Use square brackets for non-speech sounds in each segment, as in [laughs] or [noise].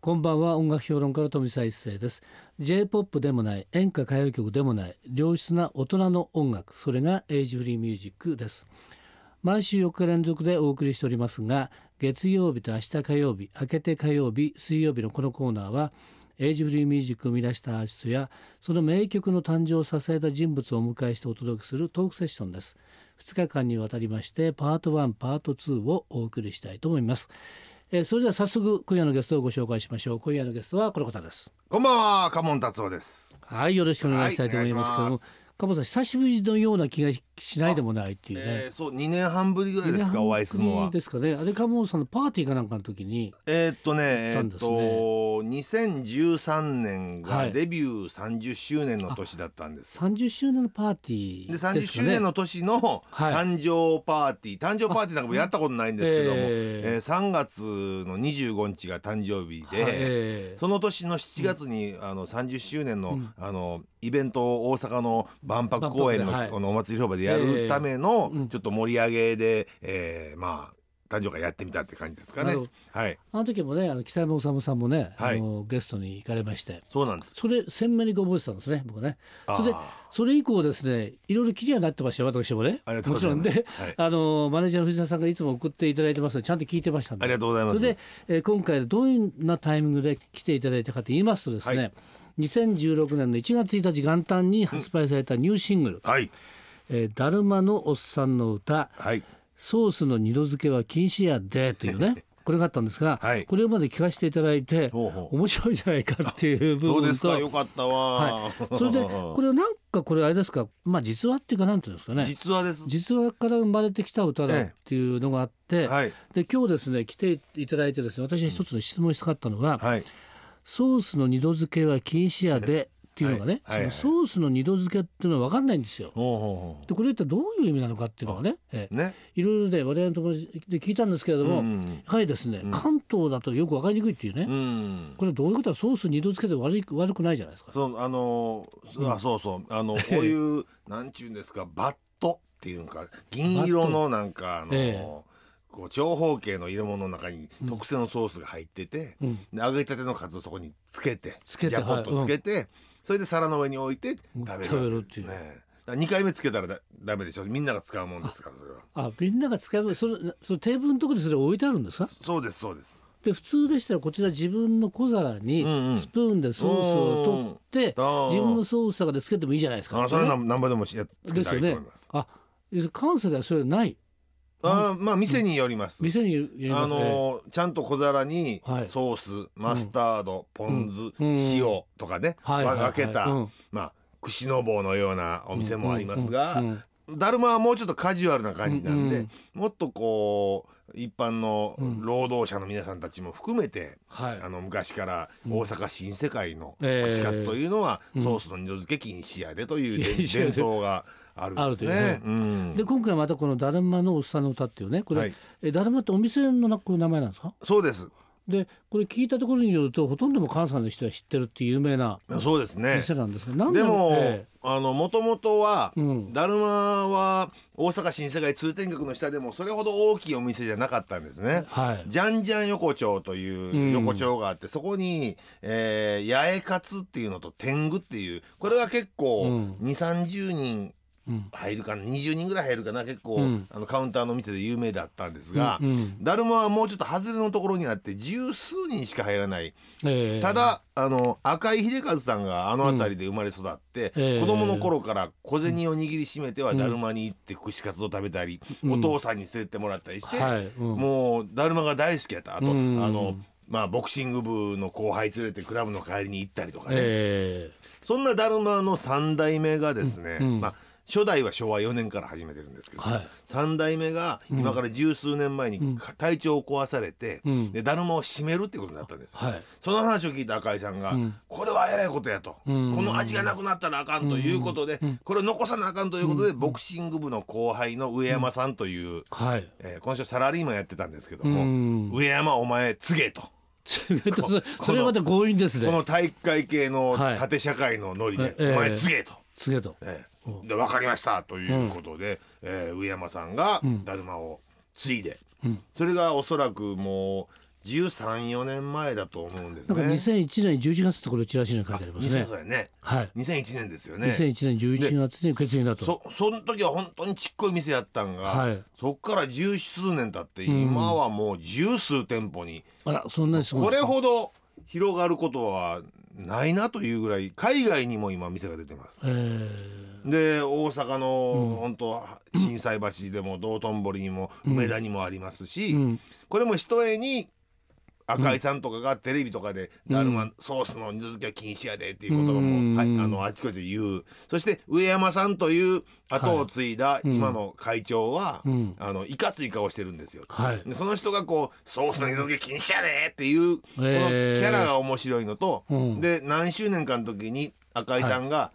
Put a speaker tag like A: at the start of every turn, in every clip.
A: こんばんは音楽評論家の富澤一世です J-POP でもない演歌歌謡曲でもない良質な大人の音楽それがエイジフリーミュージックです毎週4日連続でお送りしておりますが月曜日と明日火曜日明けて火曜日水曜日のこのコーナーはエイジフリーミュージックを生み出したアーティストやその名曲の誕生を支えた人物をお迎えしてお届けするトークセッションです2日間にわたりましてパート1パート2をお送りしたいと思います、えーそれでは早速今夜のゲストをご紹介しましょう今夜のゲストはこの方です
B: こんばんは、カモン達夫です。
A: はいよろしくお願いしたいと思いますけども、
B: はいお願いし
A: 加茂さん久しぶりのような気がしないでもないっていうね、
B: えー、そう、二年半ぶりぐらいですか、お会いするの
A: い
B: は
A: い。ですかね。あれ加茂さんのパーティーかなんかの時に、
B: えーっとね、え
A: たん
B: ー
A: で
B: っ
A: すね
B: と、二千十三年
A: は
B: が
A: い
B: デビュー三十周年の年だったんです。
A: 30周年のパーティー
B: で、
A: ですかね。
B: 三十周年の年の
A: はい
B: 誕生パーティー、誕生パーティーなんかもやったことないんですけども。
A: えー
B: えー三、月の二十五日が誕生日で。
A: えー
B: その年の7月に、あの30周年の,、
A: うん
B: あのイベントを大阪の万博公園の,、
A: 万博ではい
B: このお祭り商売でやるための、
A: ええうん
B: ちょっと盛り上げで、えーまあ誕生会やってみたって感じですか
A: な
B: ね
A: るほど。
B: はい、
A: あの時もね、あの北山治さんもね、
B: はい
A: あのゲストに行かれまして、
B: そうなんです。
A: それ鮮明に覚えてたんですね、僕ね。
B: あ
A: それで
B: ー
A: それ以降ですね、いろいろ気にはなってましたよ、私もね。
B: ありがとうございます
A: もちろんで、
B: はい
A: あのマネージャーの藤田さんがいつも送っていただいてますので、ちゃんと聞いてましたんで。
B: ありがとうございます。
A: それで、えー今回どういうようなタイミングで来ていただいたかと言いますとですね、
B: はい
A: 2016年の1月1日元旦に発売されたニューシングル
B: はい
A: 「えーだるまのおっさんの歌
B: はい
A: ソースの二度漬けは禁止やで」というねこれがあったんですが、
B: はい
A: これまで聞かせていただいて
B: ほうほう
A: 面白いじゃないかっていう部
B: そうで
A: 分
B: すかよ
A: と
B: かったわ
A: は [laughs]
B: ー、
A: それ
B: [laughs]
A: でこれはなんかこれあれですかまあ実話っていうかなんていうんですかね
B: 実はです。
A: 実話から生まれてきた歌だっていうのがあって、
B: はい
A: で今日ですね来ていただいてですね私が一つの質問したかったのは、
B: はい
A: ソースの二度漬けは禁止やでっていうのがね、
B: はいはい
A: そのソースの二度漬けっていうのは分かんないんですよ。
B: ほうほうほ
A: でこれってどういう意味なのかっていうのがね、え
B: う
A: え
B: ね。
A: いろいろね我々の友達で聞いたんですけれども、
B: うん
A: やはりですね、
B: ん
A: 関東だとよく分かりにくいっていうね、
B: うん
A: これどういうことはソース二度漬けで悪い悪くないじゃないですか。
B: そうあのー
A: うん
B: あそうそうあのこういうなんちゅうんですかバットっていうのか銀色のなんかあのー、
A: え
B: こう長方形の色物の中に
A: うん
B: 特製のソースが入ってて、
A: うん、
B: で揚げたてのカツをそこにつけて
A: つけて
B: ジャポッ
A: は
B: と
A: い
B: つけて、それで皿の上に置いて食べる
A: 食べるっていう
B: ねえだから二回目つけたらだダメでしょみんなが使うもんですからそれは
A: あみんなが使うそれそのテーブルのところにそれ置いてあるんですか
B: そそうですそうです
A: で普通でしたらこちら自分の小皿に
B: うんうん
A: スプーンでソースを取って、
B: うんあー
A: 自分のソースとかでつけてもいいじゃないですか。
B: あそれは何倍でもしやつけ
A: で
B: た
A: す
B: らい
A: よ
B: い
A: ね
B: と思います。
A: あ、関西ではそれない。
B: あーまあ店によります
A: 店によりま
B: あ
A: すね。
B: のーちゃんと小皿に
A: はい
B: ソース、マスタード、ポン酢、
A: うん
B: 塩とかね、
A: はいはいはい
B: 分けた、
A: うん
B: まあ串の棒のようなお店もありますが、
A: うんうん
B: だるまはもうちょっとカジュアルな感じなんで、
A: うん
B: もっとこう一般の
A: うん
B: 労働者の皆さんたちも含めて、
A: はい
B: あ。の昔から大阪新世界の
A: ええ
B: 串カツというのは、
A: うん
B: ソースの二度漬け禁止やでという
A: 禁止や
B: 伝
A: で
B: 統があるんです
A: ある
B: ね。うん
A: で今回またこのだるまのおっさんの歌っていうね、これ、
B: はい
A: えだるまってお店のなこの名前なんですか？
B: そうです。
A: でこれ聞いたところによるとほとんども関西の人は知ってるっていう有名な
B: そうですね。
A: 店なんですが、なん
B: で
A: ろう
B: も、
A: え
B: あの元々は、
A: うん
B: だるまは大阪新世界通天閣の下でもそれほど大きいお店じゃなかったんですね
A: え。はい。
B: じゃんじゃん横丁という横丁があって、そこに、えー八重勝っていうのと天狗っていうこれは結構
A: うん
B: 2 3 0人
A: うん
B: 入るかな20人ぐらい入るかな結構、
A: うん
B: あのカウンターの店で有名だったんですが、
A: うんうん
B: だるまはもうちょっと外れのところにあって十数人しか入らない
A: ええ
B: ただあの赤井秀和さんがあの辺りで生まれ育って、
A: うんええ
B: 子供の頃から小銭を握りしめてはだるまに行って串カツを食べたり、
A: うん
B: お父さんに連れてもらったりして、
A: はい、うん
B: もうだるまが大好きやったあと、
A: うん
B: あのまあボクシング部の後輩連れてクラブの帰りに行ったりとかね、
A: え
B: そんなだるまの3代目がですね、
A: うんうん
B: まあ初代は昭和4年から始めてるんです
A: え
B: けど、
A: はい、
B: 3代目が今から十数年前にか体調を壊されて、
A: うん
B: でだるまを閉めるってことになったんですよ。
A: はい、
B: その話を聞いた赤井さんが、
A: うん
B: これはえらいことやと、
A: うん
B: この味がなくなったらあかんということで、これを残さなあかんということで、ボクシング部の後輩の上山さんという、
A: はい。
B: えーこの人サラリーマンやってたんですけど
A: う
B: も、
A: ん
B: 上山お前告げと
A: それそれまた強引です
B: こ
A: ね。
B: の体育会系の
A: はい
B: 縦社会のノリで、
A: ええ
B: お前告げと。
A: つげと。
B: ええで分かりましたということで、えー上山さんがだるまを継いで、それがおそらくもう134年前だと思うんです
A: な
B: ね
A: んか2001年11月ってこれチラシに書いてありますね
B: 2000そうやね
A: はい
B: 2001年ですよね
A: 2001年11月に決意だと
B: そその時は本当にちっこい店やったんが、
A: はい
B: そっから十数年経って
A: ん
B: 今はもう十数店舗に、
A: あらそんなにすごい
B: これ
A: ど
B: ほど広がることはないなというぐらい海外にも今店が出てます
A: え。ー
B: で大阪の
A: うん
B: 本当は心斎橋でも道頓堀にも
A: うん
B: 梅田にもありますし、
A: うん
B: これもひとえに赤井さんとかがテレビとかで「
A: うん
B: だるまソースの二度漬けは禁止やで」っていう言葉
A: うん
B: も、はい、あのあちこちで言うそして上山さんという後を継いだ
A: いうん
B: 今の会長は、
A: うん
B: あのいかつい顔してるんですよ。
A: はい
B: でその人がこう「ソースの二度漬け禁止やで」っていうこのキ
A: えー
B: ャラが面白いのと、
A: うん
B: で何周年かの時に赤井さんが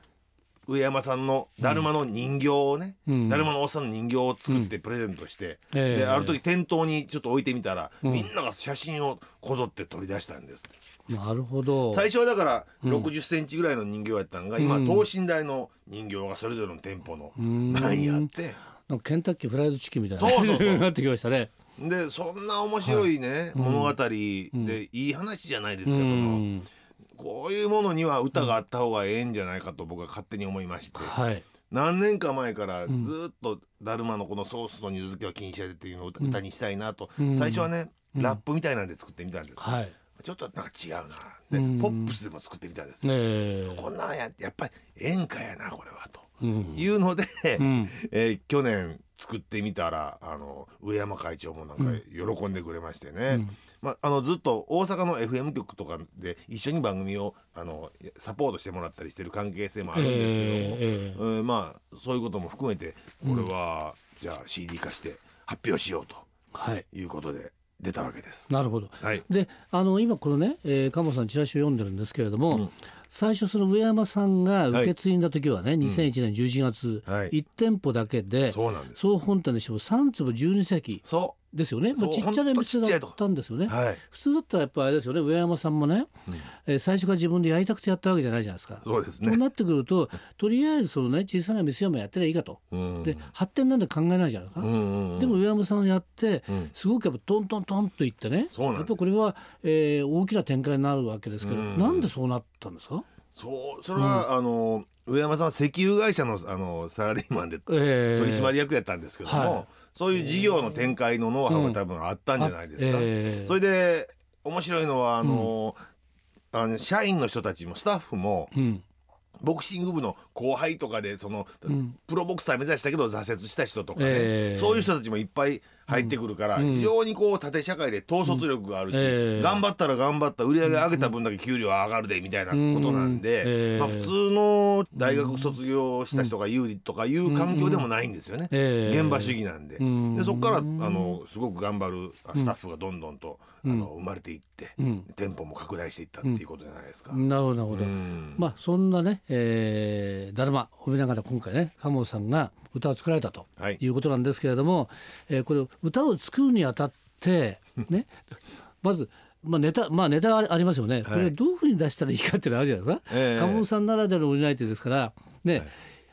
B: 上山さんのだるまの人形をね、
A: うん
B: だるまのおっさんの人形を作ってプレゼントして、
A: え
B: で
A: ー
B: ある時店頭にちょっと置いてみたら、
A: うん
B: みんなが写真をこぞって取り出したんです
A: なるほど
B: 最初はだから
A: ん
B: 6 0ンチぐらいの人形やったんが、今
A: うん
B: 等身大の人形がそれぞれの店舗の
A: ん
B: 前にあって。
A: なんかケンタッキーフライドチキンみたいな
B: そうそうそ
A: [laughs]
B: う
A: なってきましたね
B: でそんな面白いね、物語でいい話じゃないですか、
A: う
B: その
A: ん
B: こういうものには歌があった方がええんじゃないかと僕は勝手に思いまして、
A: はい
B: 何年か前からずっとだるまのこのソースの二度漬けは禁止やでっていうのを歌,、にしたいなと、
A: うん
B: 最初はね、
A: うん
B: ラップみたいなんで作ってみたんです、
A: はい
B: ちょっとなんか違うなで、
A: うん
B: ポップスでも作ってみたんですよ、
A: えー
B: こんなんややっぱり演歌やなこれはと
A: うん
B: いうので、
A: うん
B: えー去年作ってみたらあの上山会長もなんか喜んでくれましてね、
A: うん
B: まあ、あのずっと大阪の FM 局とかで一緒に番組をあのサポートしてもらったりしてる関係性もあるんですけども、
A: えーえー
B: うんまあそういうことも含めてこれは、じゃあ CD 化して発表しようと
A: はい
B: いうことで出たわけです。
A: なるほど
B: はい、
A: であの今このね、えー、鴨さんチラシを読んでるんですけれども、
B: うん
A: 最初その上山さんが受け継いだ時はね、2001年11月、
B: はい
A: 1店舗だけで
B: そうなんです
A: 総本店でしても3坪12席
B: そ
A: ですよね、まあ、
B: そう
A: ちっちゃな店だったんですよ
B: う
A: ね、
B: はい
A: 普通だったらやっぱあれですよね上山さんもね、
B: うん
A: えー最初から自分でやりたくてやったわけじゃないじゃないですか。
B: そうです
A: と
B: ね。
A: なってくるととりあえずそのね小さな店はもうやってりゃいいかと、
B: うん
A: で発展なんて考えないじゃないですか、
B: うんうんうん
A: でも上山さんをやって、
B: うん
A: すごくやっぱトントントンといってね
B: そう
A: や
B: な
A: っ
B: ん
A: ぱ
B: で
A: りこれは、えー大きな展開になるわけですけど、
B: うん
A: なんでそうなったんですか、
B: すそうそれは、あの上山さんは石油会社のあのサラリーマンで
A: えー
B: 取締役やったんですけども、
A: はい
B: そういう事業の展開のノウハウが多分あったんじゃないですか。
A: えー
B: それで面白いのはあの、あの社員の人たちもスタッフも
A: うん
B: ボクシング部の後輩とかでその、
A: うん
B: プロボクサー目指したけど挫折した人とかね、
A: えー
B: そういう人たちもいっぱい入ってくるから、
A: うん
B: 非常にこう縦社会で統率力がある
A: う
B: し、
A: んえー
B: 頑張ったら頑張った売り上げ上げた分だけ給料上がるでみたいなことなんで、
A: うんえー
B: まあ、普通の大学卒業した人が有利とかいう環境でもないんですよね、
A: えー
B: 現場主義なんで,、
A: うん
B: でそこからあのすごく頑張るあスタッフがどんどんと、
A: ん
B: あの生まれていって、
A: うん
B: 店舗も拡大していったっていうことじゃないですか。
A: なるほどなるほど、
B: うん
A: まあそんなね、えー、だるまを見ながら今回ね鴨さんが歌を作られたと
B: はい
A: いうことなんですけれども、えーこれ歌を作るにあたってねまずまあネタまあネタはありますよね、これをどういうふうに出したらいいかっていうのはあるじゃないですか、
B: ええ
A: 鴨さんならではのオリジナリティですからね、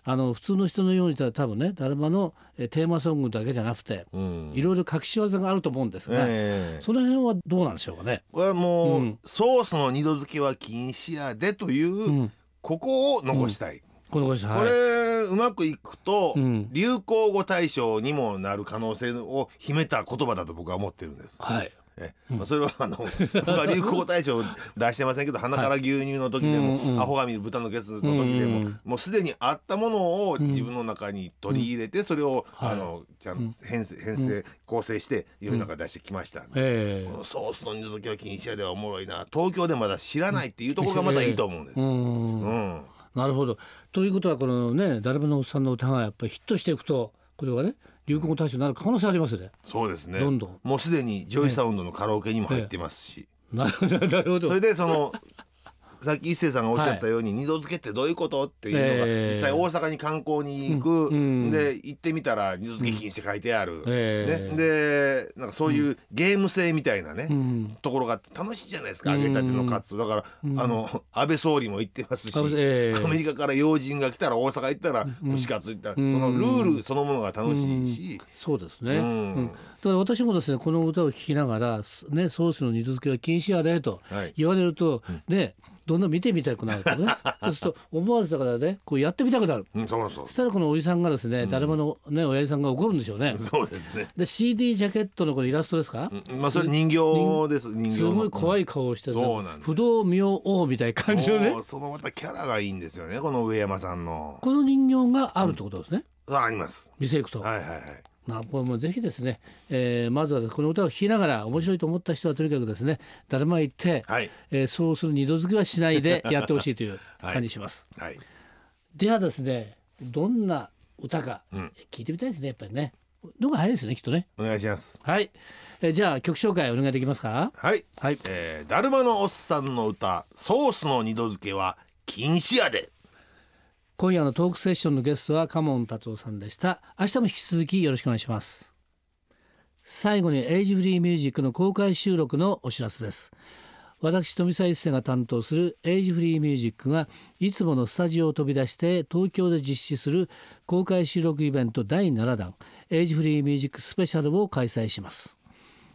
A: あの普通の人のようにた多分ねだるまのえーテーマソングだけじゃなくて、
B: うん
A: いろいろ隠し技があると思うんですが、
B: ええ
A: その辺はどうなんでしょうかね。
B: これはもう、
A: うん
B: ソースの二度漬けは禁止やでという、
A: ん
B: ここを残したい、
A: このご質問
B: こ
A: はい
B: れうまくいくと、
A: うん
B: 流行語大賞にもなる可能性を秘めた言葉だと僕は思ってるんです。
A: はい
B: えまあ、それは
A: [laughs]
B: あの僕は流行語大賞出してませんけど鼻から牛乳の時でも、
A: うんうん
B: アホが見る豚のケツの時でも、
A: うんうん
B: もうすでにあったものを自分の中に取り入れて、それを、
A: はい
B: あのちゃんと編成編成構成して世の中に出してきましたんで、
A: ええ
B: このソースの二度漬けは禁止やではおもろいな東京でまだ知らないっていうところがまたいいと思うんです。
A: う
B: うん
A: んなるほど。ということはこのね「だるまのおっさん」の歌がやっぱりヒットしていくとこれはね流行語大賞になる可能性ありますよね。
B: そうですね
A: どんどん
B: もうすでにジョイサウンドのカラオケにも入ってますし、
A: ななるほ
B: そ
A: ど。
B: れでそのさっき一勢さんがおっしゃったように、二度漬けってどういうことっていうのが、
A: ええ
B: 実際大阪に観光に行く、
A: うんうん
B: で行ってみたら二度漬け禁止って書いてある、
A: ええ
B: ね、でなんかそういうゲーム性みたいなね、
A: うん
B: ところがあって楽しいじゃないですか揚げたてのカツだから、
A: うん
B: あの安倍総理も行ってますし、
A: ええ
B: アメリカから要人が来たら大阪行ったら
A: ん
B: 串カツ行ったら、
A: うん
B: そのルールそのものが楽しいし、
A: そうですね、う
B: うんん
A: だから私もですねこの歌を聴きながら、すね、ソースの二度漬けは禁止やでと
B: はい
A: 言われると、ねどんどん見てみたくなると
B: [laughs]
A: ねそうすると思わずだからねこうやってみたくなる
B: うんそうそ
A: そ
B: う
A: したらこのおじさんがですね、だるまの、ね、親父さんが怒るんでしょうね。
B: そうですね、
A: で CD ジャケットのこのイラストですか、
B: うんまあ、それ人形です人形
A: すごい怖
B: い
A: い顔をしてる、
B: そうなんです
A: 不動明王みたいな感じのね
B: そのまたキャラがいいんですよねこの上山さんの
A: この人形があるってことですね、
B: ああります
A: 店行くと、
B: はいはいはい
A: まあ、これもぜひですね、えーまずはこの歌を聴きながら面白いと思った人はとにかくですねだるま行って、
B: はい
A: えーそうする二度付けはしないでやってほしいという
B: [laughs] はい
A: 感じします、
B: はい
A: ではですねどんな歌か
B: うん
A: 聞いてみたいですねやっぱりねのが早いですよねきっとね
B: お願いします
A: はい、えーじゃあ曲紹介お願いできますか
B: はい、
A: はい
B: えーだるまのおっさんの歌ソースの二度漬けは禁止やで
A: 今夜のトークセッションのゲストはカモン達夫さんでした明日も引き続きよろしくお願いします最後にエイジフリーミュージックの公開収録のお知らせです私富澤一世が担当するエイジフリーミュージックがいつものスタジオを飛び出して東京で実施する公開収録イベント第7弾エイジフリーミュージックスペシャルを開催します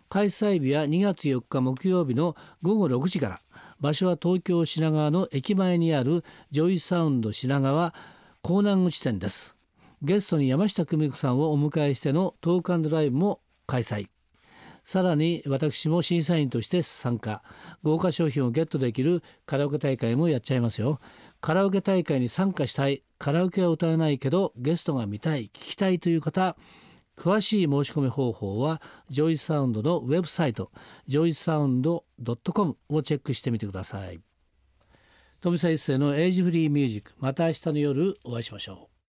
A: 開催日は2月4日木曜日の午後6時から場所は東京品川の駅前にあるジョイサウンド品川港南口店ですゲストに山下久美子さんをお迎えしてのトークアンドライブも開催さらに私も審査員として参加豪華賞品をゲットできるカラオケ大会もやっちゃいますよカラオケ大会に参加したいカラオケは歌えないけどゲストが見たい聞きたいという方詳しい申し込み方法はジョイサウンドのウェブサイトジョイサウンド .com をチェックしてみてください富澤一世のエイジフリーミュージックまた明日の夜お会いしましょう